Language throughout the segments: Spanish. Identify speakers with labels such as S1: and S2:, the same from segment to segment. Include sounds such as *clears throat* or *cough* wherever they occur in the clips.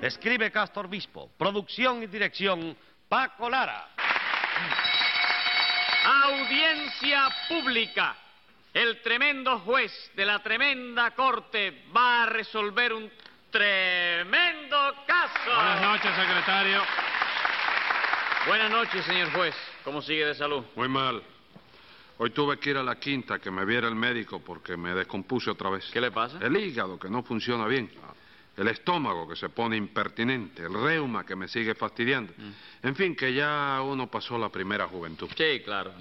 S1: Escribe Castor Bispo. Producción y dirección, Paco Lara.
S2: Audiencia pública. El tremendo juez de la tremenda corte va a resolver un tremendo caso.
S3: Buenas noches, secretario.
S2: Buenas noches, señor juez. ¿Cómo sigue de salud?
S3: Muy mal. Hoy tuve que ir a la quinta que me viera el médico porque me descompuse otra vez.
S2: ¿Qué le pasa?
S3: El hígado que no funciona bien. El estómago que se pone impertinente. El reuma que me sigue fastidiando. En fin, que ya uno pasó la primera juventud.
S2: Sí, claro.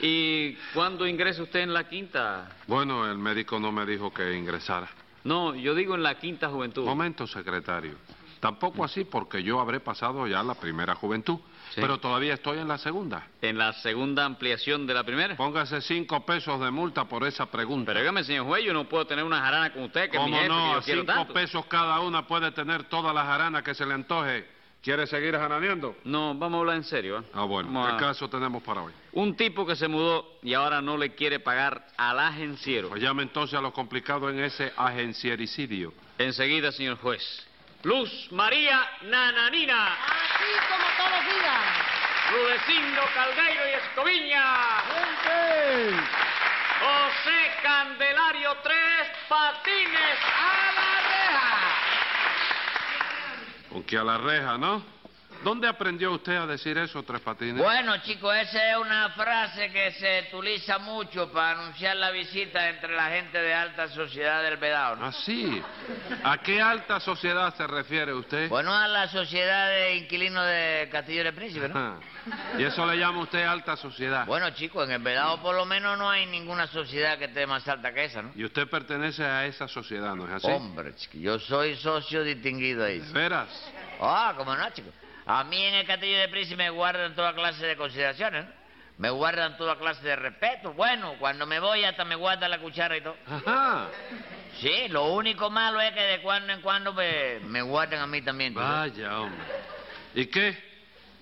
S2: ¿Y cuándo ingresa usted en la quinta?
S3: Bueno, el médico no me dijo que ingresara.
S2: No, yo digo en la quinta juventud.
S3: Momento, secretario. Tampoco así porque yo habré pasado ya la primera juventud.
S2: Sí.
S3: Pero todavía estoy en la segunda.
S2: ¿En la segunda ampliación de la primera?
S3: Póngase cinco pesos de multa por esa pregunta.
S2: Eh. Pero dígame, señor juez, yo no puedo tener una jarana con usted, que es mi
S3: ¿Cómo
S2: jefe, que
S3: no?
S2: yo quiero
S3: cinco
S2: tanto.
S3: pesos cada una puede tener todas las jaranas que se le antoje. ¿Quiere seguir jaraneando?
S2: No, vamos a hablar en serio. ¿eh?
S3: Ah, bueno.
S2: Vamos a-
S3: ¿Qué caso tenemos para hoy?
S2: Un tipo que se mudó y ahora no le quiere pagar al agenciero.
S3: Pues llame entonces a lo complicado en ese agenciericidio.
S2: Enseguida, señor juez. Luz María Nananina,
S4: Así como todos días.
S2: Rudecindo Caldeiro y Escoviña, José Candelario Tres Patines a la
S3: Aunque a la reja, ¿no? ¿Dónde aprendió usted a decir eso, Tres Patines?
S5: Bueno, chicos, esa es una frase que se utiliza mucho para anunciar la visita entre la gente de alta sociedad del Vedado. ¿no?
S3: Ah, sí. ¿A qué alta sociedad se refiere usted?
S5: Bueno, a la sociedad de inquilinos de Castillo del Príncipe, ¿no?
S3: Ah, Y eso le llama usted alta sociedad.
S5: Bueno, chicos, en el Vedado por lo menos no hay ninguna sociedad que esté más alta que esa, ¿no?
S3: Y usted pertenece a esa sociedad, ¿no es así?
S5: Hombre, chico, yo soy socio distinguido ahí.
S3: ¿De veras?
S5: Ah, cómo no, chicos. A mí en el Castillo de Príncipe me guardan toda clase de consideraciones, ¿no? Me guardan toda clase de respeto. Bueno, cuando me voy hasta me guardan la cuchara y todo.
S3: Ajá.
S5: Sí, lo único malo es que de cuando en cuando pues, me guardan a mí también. ¿tú sabes?
S3: Vaya, hombre. ¿Y qué?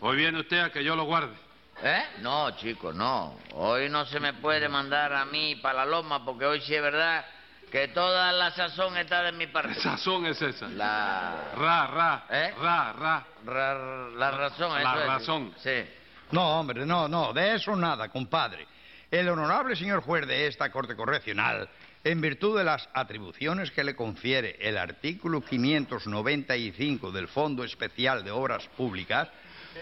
S3: Hoy viene usted a que yo lo guarde.
S5: ¿Eh? No, chico, no. Hoy no se me puede mandar a mí para la loma porque hoy sí es verdad que toda la sazón está de mi parte.
S3: ¿Qué sazón es esa?
S5: La,
S3: Ra, ra,
S5: ¿Eh?
S3: ra, ra.
S5: ra- la razón.
S3: La
S5: eso es.
S3: razón.
S5: Sí.
S6: No, hombre, no, no, de eso nada, compadre. El honorable señor juez de esta Corte Correccional, en virtud de las atribuciones que le confiere el artículo 595 del Fondo Especial de Obras Públicas,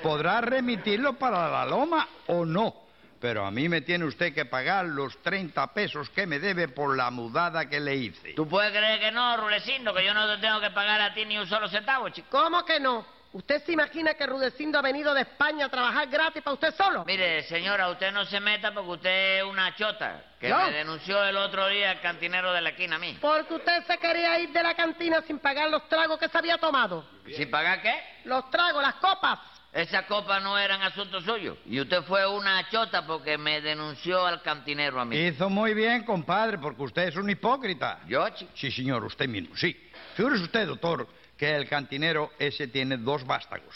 S6: podrá remitirlo para la loma o no. Pero a mí me tiene usted que pagar los 30 pesos que me debe por la mudada que le hice.
S5: ¿Tú puedes creer que no, Rulecindo, que yo no te tengo que pagar a ti ni un solo centavo, chico?
S4: ¿Cómo que no? ¿Usted se imagina que Rudecindo ha venido de España a trabajar gratis para usted solo?
S5: Mire, señora, usted no se meta porque usted es una chota que
S4: ¿Yo?
S5: me denunció el otro día el cantinero de la esquina a mí.
S4: Porque usted se quería ir de la cantina sin pagar los tragos que se había tomado.
S5: ¿Sin pagar qué?
S4: Los tragos, las copas.
S5: Esas copas no eran asunto suyo. Y usted fue una chota porque me denunció al cantinero a mí.
S6: Hizo muy bien, compadre, porque usted es un hipócrita.
S5: Yo, chico.
S6: Sí, señor, usted mismo, sí. Figúrese usted, doctor, que el cantinero ese tiene dos vástagos.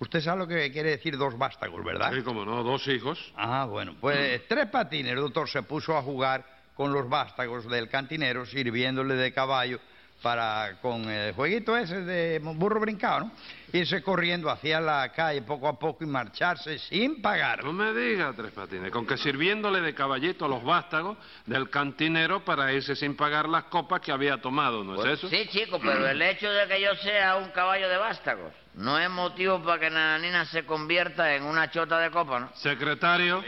S6: Usted sabe lo que quiere decir dos vástagos, ¿verdad?
S3: Sí, como no, dos hijos.
S6: Ah, bueno, pues tres patines, doctor, se puso a jugar con los vástagos del cantinero, sirviéndole de caballo para con el jueguito ese de burro brincado, ¿no? Irse corriendo hacia la calle poco a poco y marcharse sin pagar.
S3: No me diga, Tres Patines, con que sirviéndole de caballito a los vástagos del cantinero para irse sin pagar las copas que había tomado, ¿no es ¿Pues eso?
S5: pues, Sí, chico, pero el hecho de que yo sea un caballo de vástagos no es motivo para que Nananina se convierta en una chota de copa, ¿no?
S3: Secretario,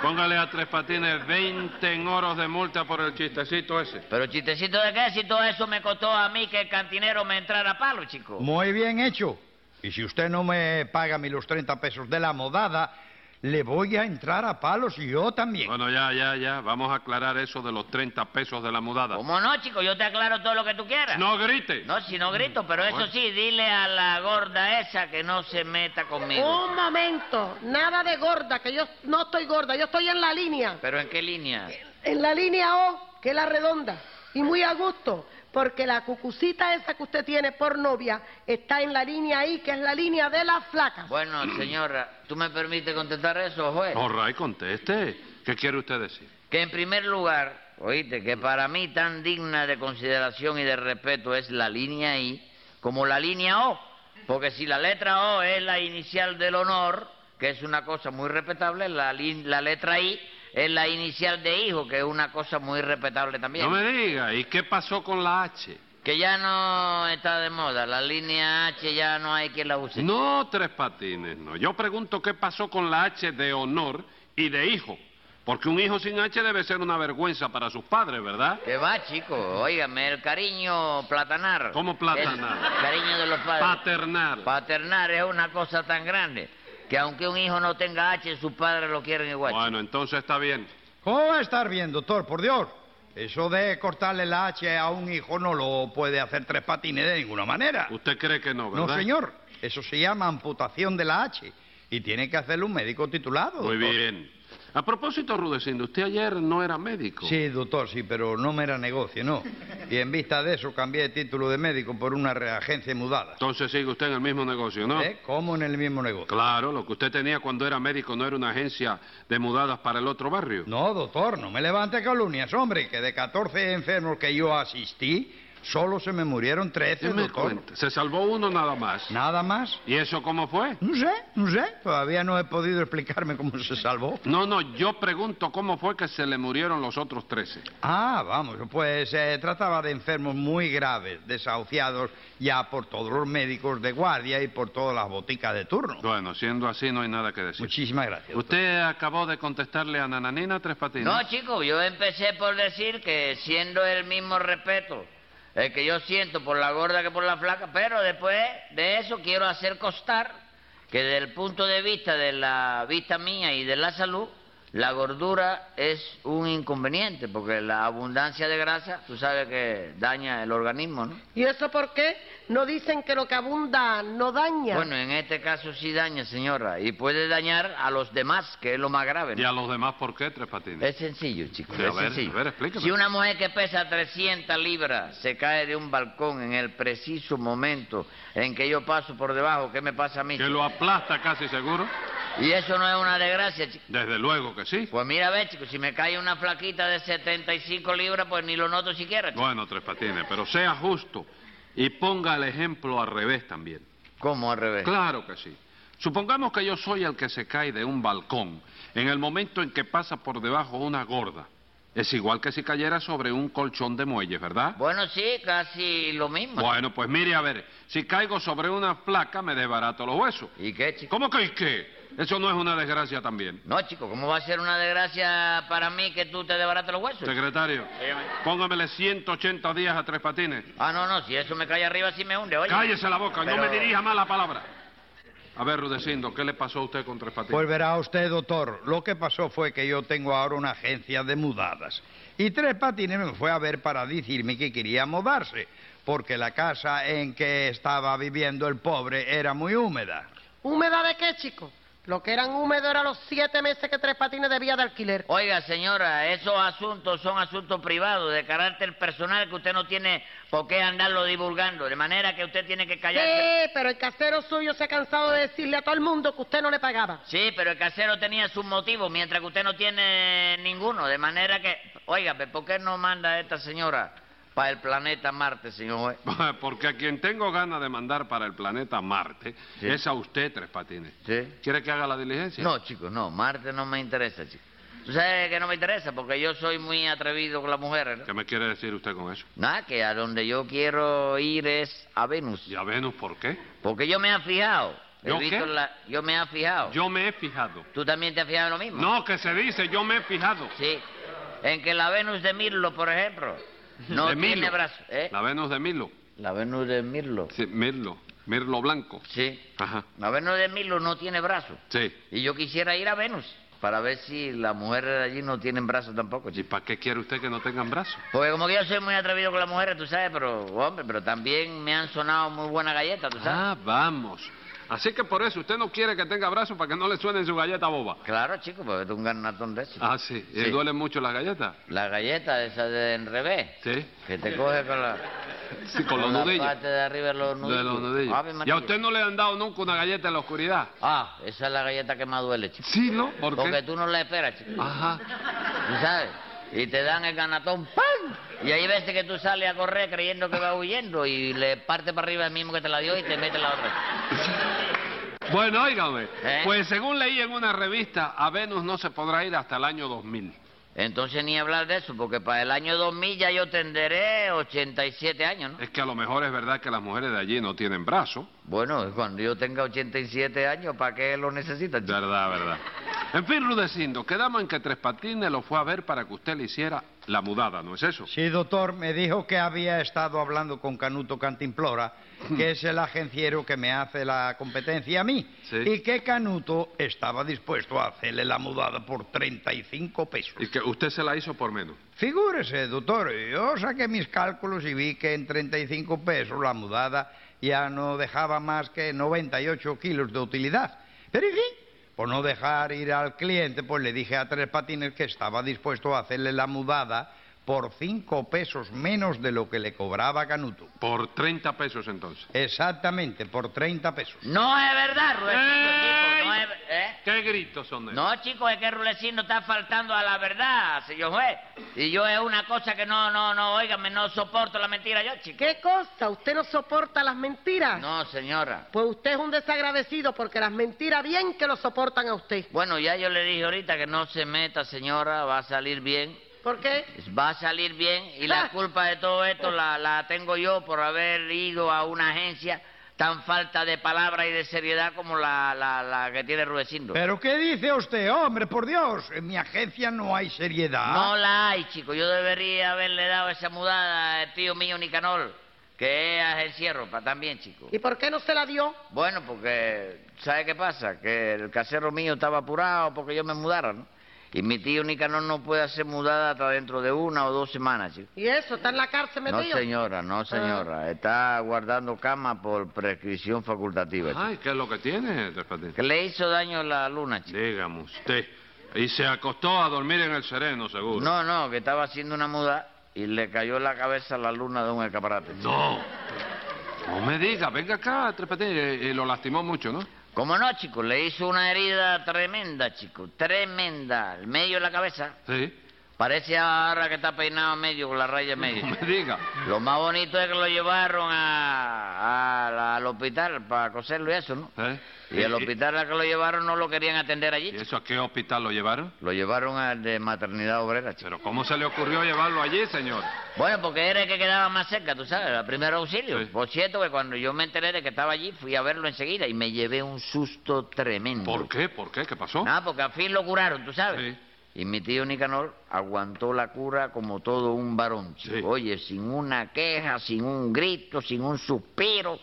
S3: póngale a Tres Patines 20 en oros de multa por el chistecito ese.
S5: Pero chistecito de qué si todo eso me costó a mí que el cantinero me entrara a palo, chico.
S6: Muy bien hecho. Y si usted no me paga a mí los 30 pesos de la modada, le voy a entrar a palos yo también.
S3: Bueno, ya, ya, ya. Vamos a aclarar eso de los 30 pesos de la mudada.
S5: ¿Cómo no, chico? Yo te aclaro todo lo que tú quieras.
S3: ¡No eh. grite!
S5: No, si no grito, pero eso sí, dile a la gorda esa que no se meta conmigo.
S4: Un momento, nada de gorda, que yo no estoy gorda, yo estoy en la línea.
S5: ¿Pero en qué línea?
S4: En la línea O, que es la redonda. Y muy a gusto, porque la cucucita esa que usted tiene por novia está en la línea I, que es la línea de las flacas.
S5: Bueno,
S3: *clears throat*
S5: señora, ¿tú me permites contestar eso, juez?
S3: All right, conteste. ¿Qué quiere usted decir?
S5: Que en primer lugar, oíste, que para mí tan digna de consideración y de respeto es la línea I como la línea O. Porque si la letra O es la inicial del honor, que es una cosa muy respetable, la, li- la letra I es la inicial de hijo, que es una cosa muy respetable también.
S3: No me diga, ¿y qué pasó con la H?
S5: Que ya no está de moda, la línea H ya no hay quien la use.
S3: No, tres patines, no. Yo pregunto qué pasó con la H de honor y de hijo. Porque un hijo sin H debe ser una vergüenza para sus padres, ¿verdad?
S5: Que va, chico, óigame, el cariño platanar.
S3: ¿Cómo platanar?
S5: El cariño de los padres.
S3: Paternal.
S5: Paternar es una cosa tan grande que aunque un hijo no tenga H, sus padres lo quieren igual.
S3: Bueno, entonces está bien.
S6: ¿Cómo va a estar bien, doctor? Por Dios. Eso de cortarle la H a un hijo no lo puede hacer tres patines de ninguna manera.
S3: Usted cree que no,
S6: No,
S3: ¿verdad?
S6: señor. Eso se llama amputación de la H. Y tiene que hacerlo un médico titulado.
S3: Muy
S6: doctor.
S3: bien. A propósito, Rudecindo, usted ayer no era médico.
S6: Sí, doctor, sí, pero no me era negocio, no. Y en vista de eso cambié de título de médico por una reagencia mudada.
S3: Entonces sigue usted en el mismo negocio, ¿no?
S6: ¿Eh? Como en el mismo negocio.
S3: Claro, lo que usted tenía cuando era médico no era una agencia de mudadas para el otro barrio.
S6: No, doctor, no me levante calumnias, hombre, que de 14 enfermos que yo asistí, solo se me murieron 13,
S3: Deme
S6: doctor.
S3: cuenta, Se salvó uno nada más.
S6: Nada más.
S3: ¿Y eso cómo fue?
S6: No sé, no sé. Todavía no he podido explicarme cómo se salvó.
S3: No, no, yo pregunto cómo fue que se le murieron los otros trece.
S6: Ah, vamos, pues se trataba de enfermos muy graves, desahuciados ya por todos los médicos de guardia y por todas las boticas de turno.
S3: Bueno, siendo así no hay nada que decir.
S6: Muchísimas gracias. doctor.
S3: Usted acabó de contestarle a Nananina Tres Patines.
S5: No, chico, yo empecé por decir que siendo el mismo respeto el que yo siento por la gorda que por la flaca, pero después de eso quiero hacer constar que desde el punto de vista de la vista mía y de la salud, la gordura es un inconveniente, porque la abundancia de grasa, tú sabes que daña el organismo, ¿no?
S4: ¿Y eso por qué? No dicen que lo que abunda no daña.
S5: Bueno, en este caso sí daña, señora, y puede dañar a los demás, que es lo más grave. ¿no?
S3: ¿Y a los demás por qué Tres Patines?
S5: Es sencillo, chicos.
S3: A
S5: es
S3: ver,
S5: sencillo.
S3: a ver, explícame.
S5: Si una mujer que pesa 300 libras se cae de un balcón en el preciso momento en que yo paso por debajo, ¿qué me pasa a mí?
S3: Que lo aplasta casi seguro.
S5: Y eso no es una desgracia, chicos.
S3: Desde luego que sí.
S5: Pues mira, ve, chicos, si me cae una flaquita de 75 libras, pues ni lo noto siquiera. chico.
S3: Bueno, Tres Patines, pero sea justo y ponga el ejemplo al revés también.
S5: ¿Cómo al revés?
S3: Claro que sí. Supongamos que yo soy el que se cae de un balcón en el momento en que pasa por debajo una gorda. Es igual que si cayera sobre un colchón de muelles, ¿verdad?
S5: Bueno, sí, casi lo mismo.
S3: Bueno, pues mire, a ver, si caigo sobre una placa me desbarato los huesos.
S5: ¿Y qué, chico?
S3: ¿Cómo que y qué? Eso no es una desgracia también.
S5: No, chico, ¿cómo va a ser una desgracia para mí que tú te desbarates los huesos?
S3: Secretario,
S2: Dígame.
S3: póngamele 180 días a tres patines.
S5: Ah, no, no, si eso me cae arriba, sí me hunde, oye.
S3: Cállese la boca, no
S5: Pero-
S3: me dirija mala palabra. A ver, Rudecindo, ¿qué le pasó a usted con tres patines?
S6: Pues verá usted, doctor, lo que pasó fue que yo tengo ahora una agencia de mudadas. Y Tres Patines me fue a ver para decirme que quería mudarse, porque la casa en que estaba viviendo el pobre era muy húmeda.
S4: ¿Húmeda de qué, chico? Lo que eran húmedos eran los siete meses que Tres Patines debía de alquiler.
S5: Oiga, señora, esos asuntos son asuntos privados de carácter personal que usted no tiene por qué andarlo divulgando, de manera que usted tiene que callarse.
S4: Sí, pero el casero suyo se ha cansado de decirle a todo el mundo que usted no le pagaba.
S5: Sí, pero el casero tenía sus motivos, mientras que usted no tiene ninguno, de manera que... Oiga, ¿pero ¿por qué no manda a esta señora para el planeta Marte, señor juez?
S3: *laughs* Porque a quien tengo ganas de mandar para el planeta Marte
S5: Sí.
S3: es a usted, Tres Patines.
S5: Sí.
S3: ¿Quiere que haga la diligencia?
S5: No, chicos, no, Marte no me interesa, chicos. ¿Tú sabes que no me interesa? Porque yo soy muy atrevido con las mujeres, ¿no?
S3: ¿Qué me quiere decir usted con eso?
S5: Nada, que a donde yo quiero ir es a Venus.
S3: ¿Y a Venus por qué?
S5: Porque yo me he fijado. He
S3: ¿Yo
S5: visto
S3: qué?
S5: la- yo me he fijado.
S3: Yo me he fijado.
S5: ¿Tú también te has fijado en lo mismo?
S3: No, que se dice, yo me he fijado.
S5: Sí. En que la Venus de Mirlo, por
S3: *laughs*
S5: ejemplo, no
S3: de
S5: tiene
S3: Milo.
S5: brazos. ¿eh?
S3: La Venus de Milo.
S5: La Venus de Mirlo.
S3: Sí, Mirlo. Mirlo blanco.
S5: Sí.
S3: Ajá.
S5: La Venus de Mirlo no tiene brazos.
S3: Sí.
S5: Y yo quisiera ir a Venus para ver si las mujeres de allí no tienen brazos tampoco,
S3: ¿Y
S5: chico.
S3: para qué quiere usted que no tengan brazos?
S5: Porque como que yo soy muy atrevido con las mujeres, tú sabes, pero, hombre, pero también me han sonado muy buenas galletas, tú sabes.
S3: Ah, vamos. Así que por eso usted no quiere que tenga brazos para que no le suenen su galleta boba.
S5: Claro, chico, porque tú un garnatón de eso.
S3: Ah, sí. ¿Y duelen mucho las galletas?
S5: La galleta esa de en revés,
S3: Sí.
S5: que te coge con la...
S3: Sí, con los
S5: la
S3: nudillos.
S5: parte de arriba de los nudillos.
S3: De los nudillos.
S5: Ave
S3: ¿Y a
S5: María.
S3: usted no le han dado nunca una galleta en la oscuridad?
S5: Ah, esa es la galleta que más duele, chico.
S3: Sí, ¿no? ¿Por
S5: Porque
S3: qué?
S5: tú no la esperas, chico.
S3: Ajá.
S5: ¿Tú sabes? Y te dan el ganatón, ¡pam! Y ahí ves que tú sales a correr creyendo que vas huyendo y le parte para arriba el mismo que te la dio y te mete la otra.
S3: Bueno, óigame,
S5: ¿Eh?
S3: pues según leí en una revista, a Venus no se podrá ir hasta el año 2000.
S5: Entonces ni hablar de eso, porque para el año 2000 ya yo tendré 87 años, ¿no?
S3: Es que a lo mejor es verdad que las mujeres de allí no tienen brazos.
S5: Bueno, cuando yo tenga 87 años, ¿para qué lo necesitas? chico?
S3: Verdad, verdad. En fin, Rudecindo, quedamos en que Tres Patines lo fue a ver para que usted le hiciera la mudada, ¿no es eso?
S6: Sí, doctor, me dijo que había estado hablando con Canuto Cantimplora, que es el agenciero que me hace la competencia a mí,
S3: Sí.
S6: y que Canuto estaba dispuesto a hacerle la mudada por 35 pesos.
S3: Y que usted se la hizo por menos.
S6: Figúrese, doctor, yo saqué mis cálculos y vi que en 35 pesos la mudada ya no dejaba más que 98 kilos de utilidad. Pero en fin, por no dejar ir al cliente, pues le dije a Tres Patines que estaba dispuesto a hacerle la mudada por 5 pesos menos de lo que le cobraba Canuto.
S3: Por 30 pesos entonces.
S6: Exactamente, por 30 pesos.
S5: No es verdad, Rudecindo, chico, no es... ver- ¿eh?
S3: ¿Qué gritos son esos?
S5: No, chicos, es que Rulecino está faltando a la verdad, señor juez. Y yo es una cosa que no, no, no, óigame, no soporto la mentira yo, chico.
S4: ¿Qué cosa? ¿Usted no soporta las mentiras?
S5: No, señora.
S4: Pues usted es un desagradecido porque las mentiras bien que lo soportan a usted.
S5: Bueno, ya yo le dije ahorita que no se meta, señora, va a salir bien.
S4: ¿Por qué?
S5: Va a salir bien y la culpa de todo esto la, la tengo yo por haber ido a una agencia tan falta de palabra y de seriedad como la, la, la que tiene Rudecindo.
S6: ¿Pero qué dice usted, hombre? Por Dios, en mi agencia no hay
S3: Ah.
S6: seriedad.
S5: No la hay, chico. Yo debería haberle dado esa mudada al tío mío Nicanor, que es agencierro, pa también, chico.
S4: ¿Y por qué no se la dio?
S5: Bueno, porque, ¿sabe qué pasa? Que el casero mío estaba apurado porque yo me mudara, ¿no? Y mi tío Nicanor no puede hacer mudada hasta dentro de una o dos semanas, chico.
S4: ¿Y eso? ¿Está en la cárcel
S5: No,
S4: metido?
S5: señora,
S3: Ah.
S5: no, señora. Está guardando cama por prescripción facultativa, chico.
S3: Ay, ¿qué es lo que tiene Tres Patines?
S5: Que le hizo daño la luna, chico.
S3: Dígame usted. Y se acostó a dormir en el sereno, seguro.
S5: No, no, que estaba haciendo una muda y le cayó en la cabeza la luna de un escaparate. chico.
S3: No. No me diga, venga acá, Tres Patines. Eh, eh, lo lastimó mucho, ¿no?
S5: Como no, chico, le hizo una herida tremenda, chico, tremenda, al medio de la cabeza.
S3: Sí.
S5: Parece ahora que está peinado a medio con la raya en medio.
S3: No *laughs* me diga.
S5: Lo más bonito es que lo llevaron a- a la- al hospital para coserlo y eso, ¿no?
S3: ¿Eh?
S5: Y el
S3: ¿Y-
S5: hospital al que lo llevaron no lo querían atender allí.
S3: ¿Y
S5: chico.
S3: eso a qué hospital lo llevaron?
S5: Lo llevaron al de maternidad obrera, chico.
S3: Pero ¿cómo se le ocurrió llevarlo allí, señor?
S5: Bueno, porque era el que quedaba más cerca, tú sabes, al primer auxilio.
S3: Sí.
S5: Por cierto, que cuando yo me enteré de que estaba allí, fui a verlo enseguida y me llevé un susto tremendo.
S3: ¿Por qué? ¿Por qué? ¿Qué pasó?
S5: Nada, Ah, porque al fin lo curaron, tú sabes.
S3: Sí.
S5: Y mi tío Nicanor aguantó la cura como todo un varón. chico.
S3: Sí.
S5: Oye, sin una queja, sin un grito, sin un suspiro.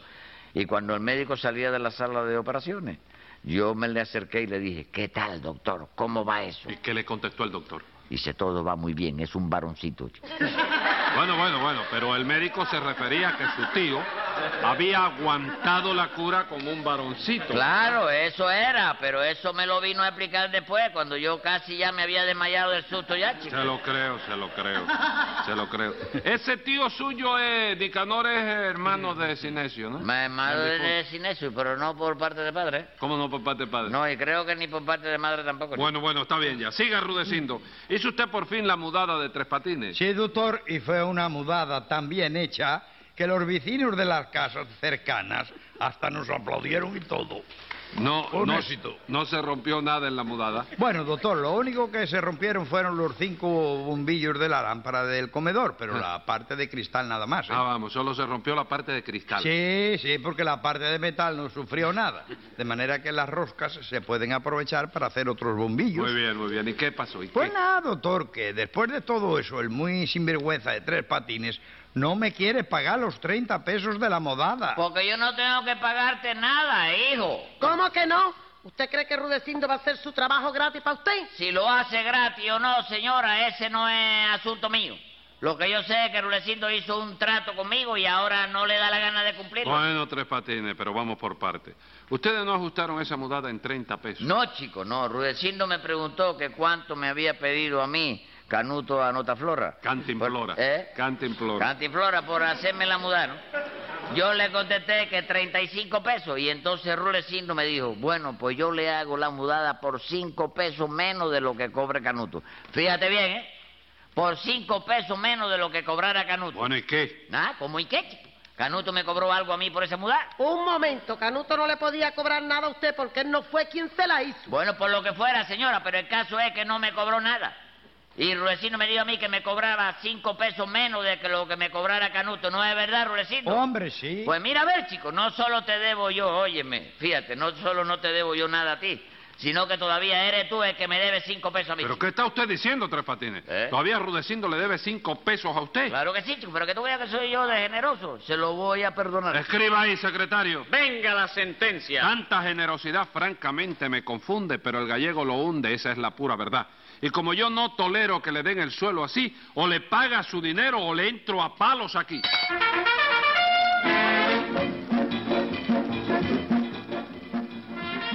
S5: Y cuando el médico salía de la sala de operaciones, yo me le acerqué y le dije, ¿qué tal, doctor? ¿Cómo va eso?
S3: ¿Y qué le contestó el doctor?
S5: Dice, todo va muy bien, es un varoncito. chico".
S3: Bueno, bueno, bueno, pero el médico se refería a que su tío había aguantado la cura como un varoncito.
S5: Claro, eso era, pero eso me lo vino a explicar después, cuando yo casi ya me había desmayado del susto ya, chico.
S3: Se lo creo, se lo creo, se lo creo. Ese tío suyo, es, Nicanor, es hermano de Sinesio, ¿no?
S5: Me malo
S3: El difunto.
S5: de Sinesio, pero no por parte de padre. ¿eh?
S3: ¿Cómo no por parte de padre?
S5: No, y creo que ni por parte de madre tampoco. chico.
S3: Bueno, bueno, está bien ya. Siga rudeciendo. ¿Hizo usted por fin la mudada de tres patines?
S6: Sí, doctor, y fue una mudada tan bien hecha que los vecinos de las casas cercanas hasta nos aplaudieron y todo.
S3: No,
S6: Un
S3: no,
S6: éxito.
S3: no se rompió nada en la mudada.
S6: Bueno, doctor, lo único que se rompieron fueron los cinco bombillos de la lámpara del comedor, pero la parte de cristal nada más. ¿eh?
S3: Ah, vamos, solo se rompió la parte de cristal.
S6: Sí, sí, porque la parte de metal no sufrió nada. De manera que las roscas se pueden aprovechar para hacer otros bombillos.
S3: Muy bien, muy bien. ¿Y qué pasó? ¿Y qué?
S6: Pues nada, doctor, que después de todo eso, el muy sinvergüenza de tres patines no me quiere pagar los 30 pesos de la modada.
S5: Porque yo no tengo que pagarte nada, hijo.
S4: ¿Cómo que no? ¿Usted cree que Rudecindo va a hacer su trabajo gratis para usted?
S5: Si lo hace gratis o no, señora, ese no es asunto mío. Lo que yo sé es que Rulecindo hizo un trato conmigo y ahora no le da la gana de cumplirlo.
S3: Bueno, tres patines, pero vamos por parte. Ustedes no ajustaron esa mudada en 30 pesos.
S5: No, chico, no. Rudecindo me preguntó que cuánto me había pedido a mí Canuto a Notaflora.
S3: Cantimplora.
S5: Por- ¿Eh?
S3: Cantimplora.
S5: Cantiflora por hacérmela mudar. ¿no? Yo le contesté que 35 pesos y entonces Rulecindo me dijo, bueno, pues yo le hago la mudada por 5 pesos menos de lo que cobre Canuto. Fíjate bien, ¿eh? por cinco pesos menos de lo que cobrara Canuto.
S3: Bueno, ¿y qué?
S5: Nada, ¿cómo y qué? chico? Canuto me cobró algo a mí por esa mudanza.
S4: Un momento, Canuto no le podía cobrar nada a usted porque él no fue quien se la hizo.
S5: Bueno, por lo que fuera, señora, pero el caso es que no me cobró nada. Y Rulecino me dijo a mí que me cobraba cinco pesos menos de que lo que me cobrara Canuto. ¿No es verdad, Rulecino?
S6: Hombre, sí.
S5: Pues mira, a ver, chico, no solo te debo yo, óyeme, fíjate, no solo no te debo yo nada a ti, sino que todavía eres tú el que me debes cinco pesos a mí.
S3: ¿Pero
S5: chico.
S3: qué está usted diciendo, Tres Patines?
S5: ¿Eh?
S3: Todavía Rudecindo le debe cinco pesos a usted.
S5: Claro que sí, chico, pero que tú veas que soy yo de generoso, se lo voy a perdonar.
S3: Escriba ahí, secretario.
S2: Venga la sentencia.
S3: Tanta generosidad francamente me confunde, pero el gallego lo hunde, esa es la pura verdad. Y como yo no tolero que le den el suelo así, o le paga su dinero o le entro a palos aquí.